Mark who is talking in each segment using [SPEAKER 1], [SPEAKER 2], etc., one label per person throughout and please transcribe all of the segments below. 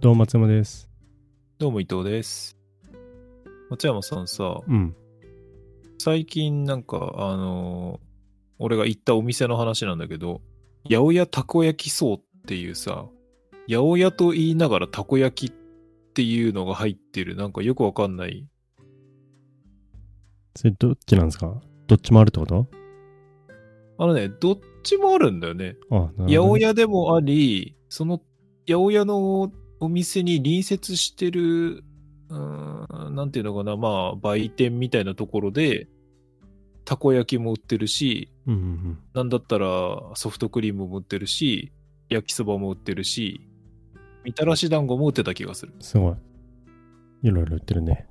[SPEAKER 1] どうも松山です。
[SPEAKER 2] どうも伊藤です。松山さんさ、
[SPEAKER 1] うん。
[SPEAKER 2] 最近なんか、あのー俺が行ったお店の話なんだけど、八百屋たこ焼きそうっていうさ、八百屋と言いながらたこ焼きっていうのが入ってる、なんかよくわかんない。
[SPEAKER 1] それどっちなんですかどっちもあるってこと
[SPEAKER 2] あのね、どっちもあるんだよね。
[SPEAKER 1] あ、なるほ
[SPEAKER 2] 八
[SPEAKER 1] ど
[SPEAKER 2] 百
[SPEAKER 1] ね。
[SPEAKER 2] 屋でもあり、その八百屋のお店に隣接してる、うーん、なんていうのかな、まあ、売店みたいなところで、たこ焼きも売ってるし、
[SPEAKER 1] うんうん
[SPEAKER 2] なんだったらソフトクリームも売ってるし、焼きそばも売ってるし、みたらし団子も売ってた気がする
[SPEAKER 1] う。ん。すごい。いろいろ言ってるね。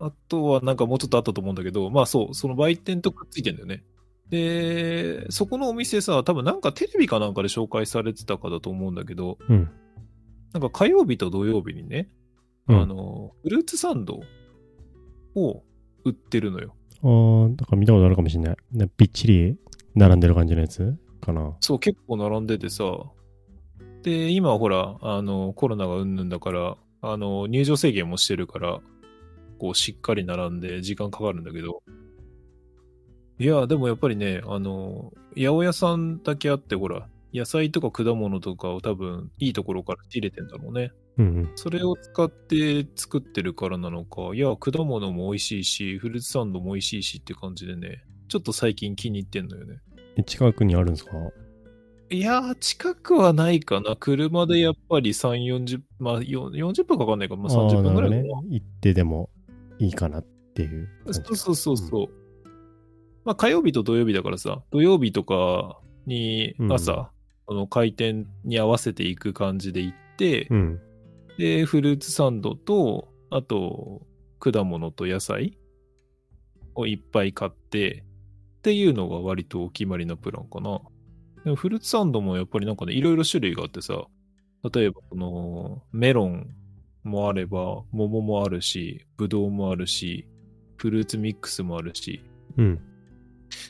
[SPEAKER 2] あとはなんかもうちょっとあったと思うんだけど、まあそう、その売店とくっついてんだよね。で、そこのお店さ、多分なんかテレビかなんかで紹介されてたかだと思うんだけど、
[SPEAKER 1] うん。
[SPEAKER 2] なんか火曜日と土曜日にね、
[SPEAKER 1] うん
[SPEAKER 2] あの、フルーツサンドを売ってるのよ。
[SPEAKER 1] あー、だから見たことあるかもしれない。ねびっちり並んでる感じのやつかな。
[SPEAKER 2] そう、結構並んでてさ。で、今ほら、あの、コロナがうんぬんだから、あの、入場制限もしてるから、こう、しっかり並んで時間かかるんだけど。いや、でもやっぱりね、あの、八百屋さんだけあって、ほら、野菜とか果物とかを多分、いいところから仕入れてんだろうね。
[SPEAKER 1] うん
[SPEAKER 2] それを使って作ってるからなのか、いや、果物も美味しいし、フルーツサンドも美味しいしって感じでね、ちょっと最近気に入ってんのよね。
[SPEAKER 1] うん。近くにあるんですか
[SPEAKER 2] いやー、近くはないかな。車でやっぱり3、40、まあよん40分かかんないか、まあ30分ぐらいか
[SPEAKER 1] あーな
[SPEAKER 2] な。
[SPEAKER 1] るほどね。行ってでもいいかなっていう感じ
[SPEAKER 2] そうそうそうそう。まあ火曜日と土曜日だからさ、土曜日とかに
[SPEAKER 1] うん
[SPEAKER 2] 朝、あの開店に合わせていく感じで行って、
[SPEAKER 1] うん。
[SPEAKER 2] で、フルーツサンドと、あと、果物と野菜をいっぱい買って、っていうのが割とお決まりなプランかな。でもフルーツサンドもやっぱりなんかね、いろいろ種類があってさ、例えばこのメロンもあれば、桃もあるし、ブドウもあるし、フルーツミックスもあるし、
[SPEAKER 1] うん。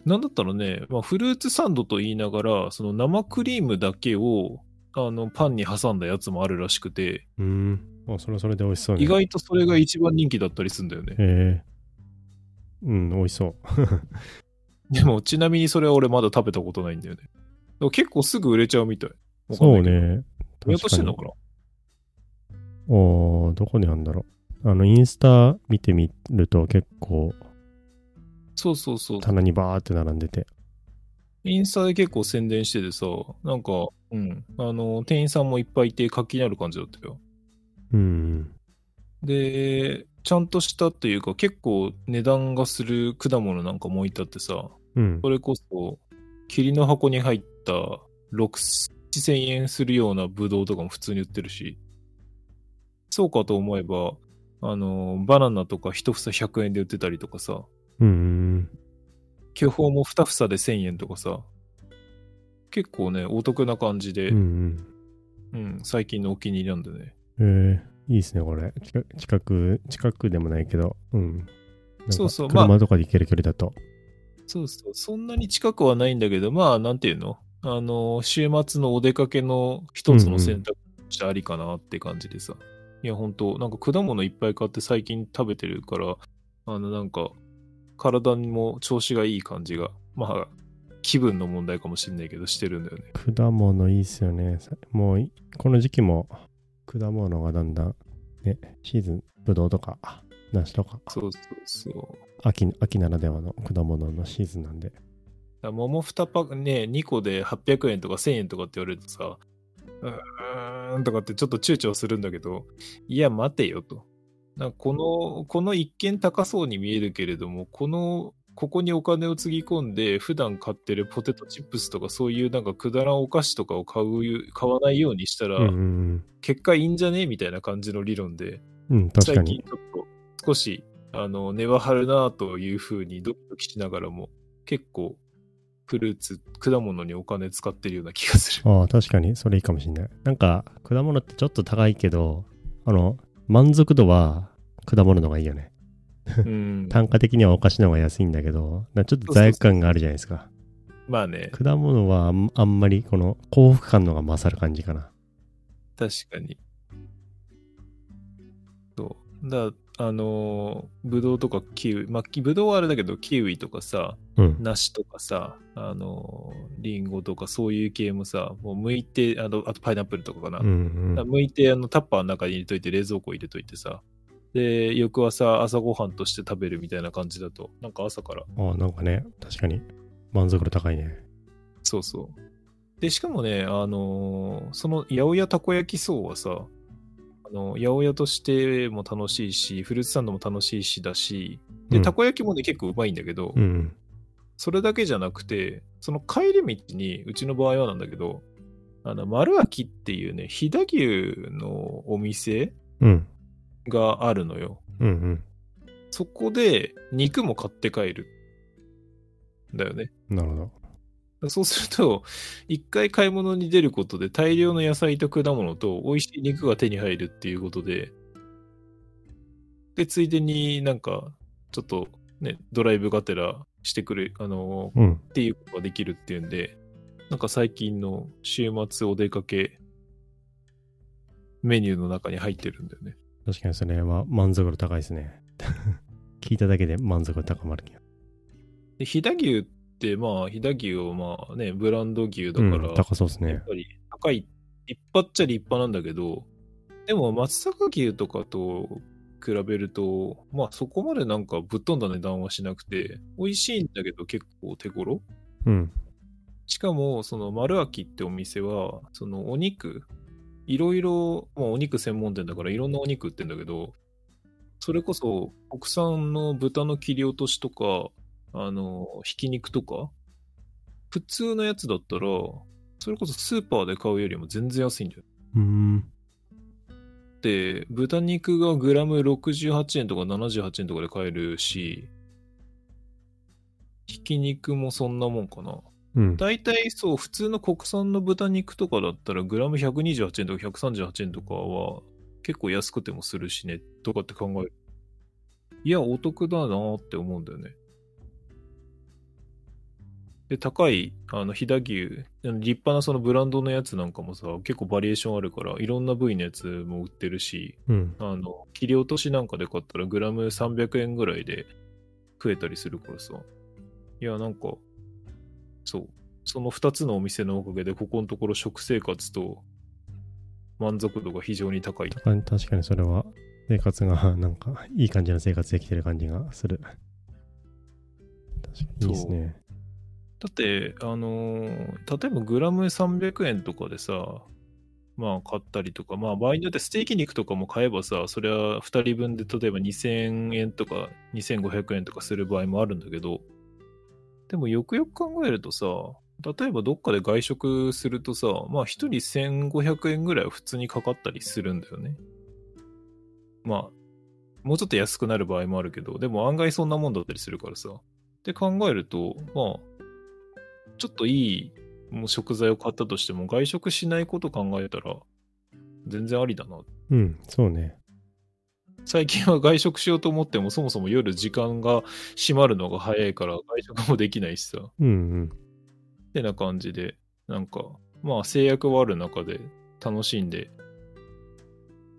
[SPEAKER 2] なんだったらね、まあ、フルーツサンドと言いながら、その生クリームだけをあのパンに挟んだやつもあるらしくて、
[SPEAKER 1] うん。あ、それはそれで美味しそうね。
[SPEAKER 2] 意外とそれが一番人気だったりするんだよね。
[SPEAKER 1] えー。うん、美味しそう。
[SPEAKER 2] でも、ちなみにそれは俺まだ食べたことないんだよね。でも結構すぐ売れちゃうみたい。わかん
[SPEAKER 1] そ
[SPEAKER 2] な
[SPEAKER 1] う
[SPEAKER 2] いけど。
[SPEAKER 1] ね。
[SPEAKER 2] 見落としてんの
[SPEAKER 1] 確
[SPEAKER 2] かな
[SPEAKER 1] かにおーどこにあるんだろう。あの、インスタ見てみると結構
[SPEAKER 2] そうそうそう。
[SPEAKER 1] 棚にバーって並んでて。
[SPEAKER 2] インスタで結構宣伝しててさ、なんか、うん。あの、店員さんもいっぱいいて活気になる感じだったよ。
[SPEAKER 1] うん。
[SPEAKER 2] で、ちゃんとしたというか、結構値段がする果物なんかも置いてあってさ、
[SPEAKER 1] うん
[SPEAKER 2] そ。れこそ、霧の箱に入った6、7000円するようなブドウとかも普通に売ってるし、そうかと思えば、あの、バナナとか1房100円で売ってたりとかさ、
[SPEAKER 1] うん。
[SPEAKER 2] 巨峰も2房で1000円とかさ、結構ね、お得な感じで、
[SPEAKER 1] うん。うん。
[SPEAKER 2] うん最近のお気に入りなんだよね。
[SPEAKER 1] えー、いいですね、これ。近近く、近くでもないけど。うん。なんか
[SPEAKER 2] そうそうまあ
[SPEAKER 1] 車とかで行ける距離だと。
[SPEAKER 2] そうそう、そんなに近くはないんだけど、まあ、なんていうのあの、週末のお出かけの一つの選択としてありかなって感じでさ。いや、ほんと、なんか果物いっぱい買って最近食べてるから、あの、なんか、体にも調子がいい感じが、まあ、気分の問題かもしれないけど、してるんだよね。
[SPEAKER 1] 果物いいっすよね。さもうい、この時期も果物がだんだん、ね、シーズン、ぶどうとか、梨とか、
[SPEAKER 2] そうそうそう。
[SPEAKER 1] 秋、秋ならではの果物のシーズンなんで。
[SPEAKER 2] だから桃2パックね、2個で800円とか1000円とかって言われるとさ、うーんとかってちょっと躊躇するんだけど、いや、待てよと。なんかこの、この一見高そうに見えるけれども、この、ここにお金をつぎ込んで、普段買ってるポテトチップスとか、そういうなんかくだらんお菓子とかを買う、買わないようにしたら、
[SPEAKER 1] うんうん
[SPEAKER 2] 結果いいんじゃねみたいな感じの理論で、
[SPEAKER 1] うん。うん、確か
[SPEAKER 2] 最
[SPEAKER 1] に
[SPEAKER 2] 近。ちょっと少し、あの、根は張るなというふうにドキドキしながらも、結構、フルーツ、果物にお金使ってるような気がする。
[SPEAKER 1] ああ、確かに、それいいかもしれない。なんか、果物ってちょっと高いけど、あの、満足度は果物の方がいいよね。
[SPEAKER 2] うん。
[SPEAKER 1] 単価的にはお菓子の方が安いんだけど、なんかちょっと罪悪感があるじゃないですか。
[SPEAKER 2] まあね、
[SPEAKER 1] 果物はあんあんまり、この幸福感の方が勝る感じかな。
[SPEAKER 2] 確かに。だあのー、ぶどうとかキウイ、まあ、きぶどうはあれだけど、キウイとかさ、
[SPEAKER 1] うん。
[SPEAKER 2] 梨とかさ、あのー、リンゴとかそういう系もさ、もう剥いて、あのあとパイナップルとかかな。
[SPEAKER 1] うんうん
[SPEAKER 2] だから剥いてあのタッパーの中に入れといて冷蔵庫入れといてさで翌朝朝ごはんとして食べるみたいな感じだとなんか朝から
[SPEAKER 1] ああ、なんかね、確かに満足度高いね。
[SPEAKER 2] そうそうでしかもねあのーその八百屋たこ焼き層はさあの八百屋としても楽しいしフルーツサンドも楽しいしだし
[SPEAKER 1] う
[SPEAKER 2] で
[SPEAKER 1] ん
[SPEAKER 2] たこ焼きもね結構うまいんだけど、
[SPEAKER 1] うん。
[SPEAKER 2] それだけじゃなくてその帰り道にうちの場合はなんだけどあの丸秋っていうね飛騨牛のお店
[SPEAKER 1] うん。
[SPEAKER 2] があるのよ
[SPEAKER 1] うんうん。
[SPEAKER 2] そこで肉も買って帰る。だよね。
[SPEAKER 1] なるほど。
[SPEAKER 2] そうすると、一回買い物に出ることで大量の野菜と果物と美味しい肉が手に入るっていうことで、で、ついでになんか、ちょっとね、ドライブがてらしてくれ、あの、
[SPEAKER 1] うん。
[SPEAKER 2] っていうことができるっていうんで、なんか最近の週末お出かけメニューの中に入ってるんだよね。
[SPEAKER 1] 確かにそれは満足度高いです ね。聞いただけで満足度高まる気が。
[SPEAKER 2] で、飛騨牛って、まあ、飛騨牛をまあね、ブランド牛だか
[SPEAKER 1] うん、
[SPEAKER 2] ら、
[SPEAKER 1] 高そうです
[SPEAKER 2] や
[SPEAKER 1] ね
[SPEAKER 2] っ。ぱり高い、立派っちゃ立派なんだけど、でも松阪牛とかと比べると、まあそこまでなんかぶっ飛んだ値段はしなくて、美味しいんだけど結構手頃
[SPEAKER 1] うん。
[SPEAKER 2] しかも、その丸秋ってお店は、そのお肉、いろいろ、まあお肉専門店だからいろんなお肉売ってんだけど、それこそ国産の豚の切り落としとか、あの、ひき肉とか、普通のやつだったら、それこそスーパーで買うよりも全然安いんだよ。
[SPEAKER 1] うん。
[SPEAKER 2] で、豚肉がグラム68円とか78円とかで買えるし、ひき肉もそんなもんかな。
[SPEAKER 1] うん。
[SPEAKER 2] 大体そう、普通の国産の豚肉とかだったら、グラム128円とか138円とかは、結構安くてもするしね、とかって考える。いや、お得だなって思うんだよね。で、高い、あの、飛騨牛、あの立派なそのブランドのやつなんかもさ、結構バリエーションあるから、いろんな部位のやつも売ってるし、
[SPEAKER 1] うん。
[SPEAKER 2] あの、切り落としなんかで買ったらグラム300円ぐらいで食えたりするからさ。いや、なんか、そう。その2つのお店のおかげで、ここのところ食生活と満足度が非常に高い。
[SPEAKER 1] 確かに確かにそれは生活が なんかいい感じの生活できてる感じがする。確かにいいですね。
[SPEAKER 2] だって、あのー例えばグラム300円とかでさ、まあ買ったりとか、まあ場合によってステーキ肉とかも買えばさ、それは2人分で例えば2000円とか2500円とかする場合もあるんだけど、でもよくよく考えるとさ、例えばどっかで外食するとさ、まあ1人1500円ぐらいは普通にかかったりするんだよね。まあ、もうちょっと安くなる場合もあるけど、でも案外そんなもんだったりするからさ。って考えると、まあ、ちょっといいもう食材を買ったとしても外食しないこと考えたら全然ありだな。
[SPEAKER 1] うん、そうね。
[SPEAKER 2] 最近は外食しようと思ってもそもそも夜時間が閉まるのが早いから外食もできないしさ。
[SPEAKER 1] うんうん。
[SPEAKER 2] ってな感じで、なんかまあ制約はある中で楽しんで、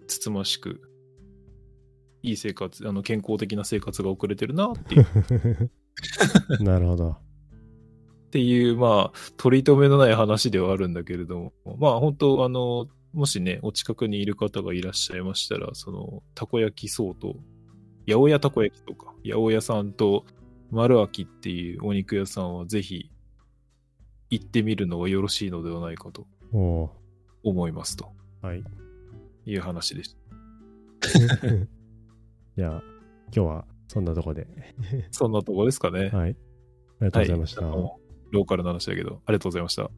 [SPEAKER 2] つつましく、いい生活、あの健康的な生活が送れてるなってい う
[SPEAKER 1] なるほど。
[SPEAKER 2] っていう、まあ、取り留めのない話ではあるんだけれども、まあ、本当あの、もしね、お近くにいる方がいらっしゃいましたら、その、たこ焼き層と、八百屋たこ焼きとか、八百屋さんと、丸秋っていうお肉屋さんは、ぜひ、行ってみるのがよろしいのではないかと
[SPEAKER 1] おお
[SPEAKER 2] 思います、と
[SPEAKER 1] ー。はい。
[SPEAKER 2] いう話でした。
[SPEAKER 1] じゃあ、今日はそんなとこで。
[SPEAKER 2] そんなとこですかね。
[SPEAKER 1] はい。ありがとうございました。
[SPEAKER 2] はいあのローカルの話だけど、ありがとうございました。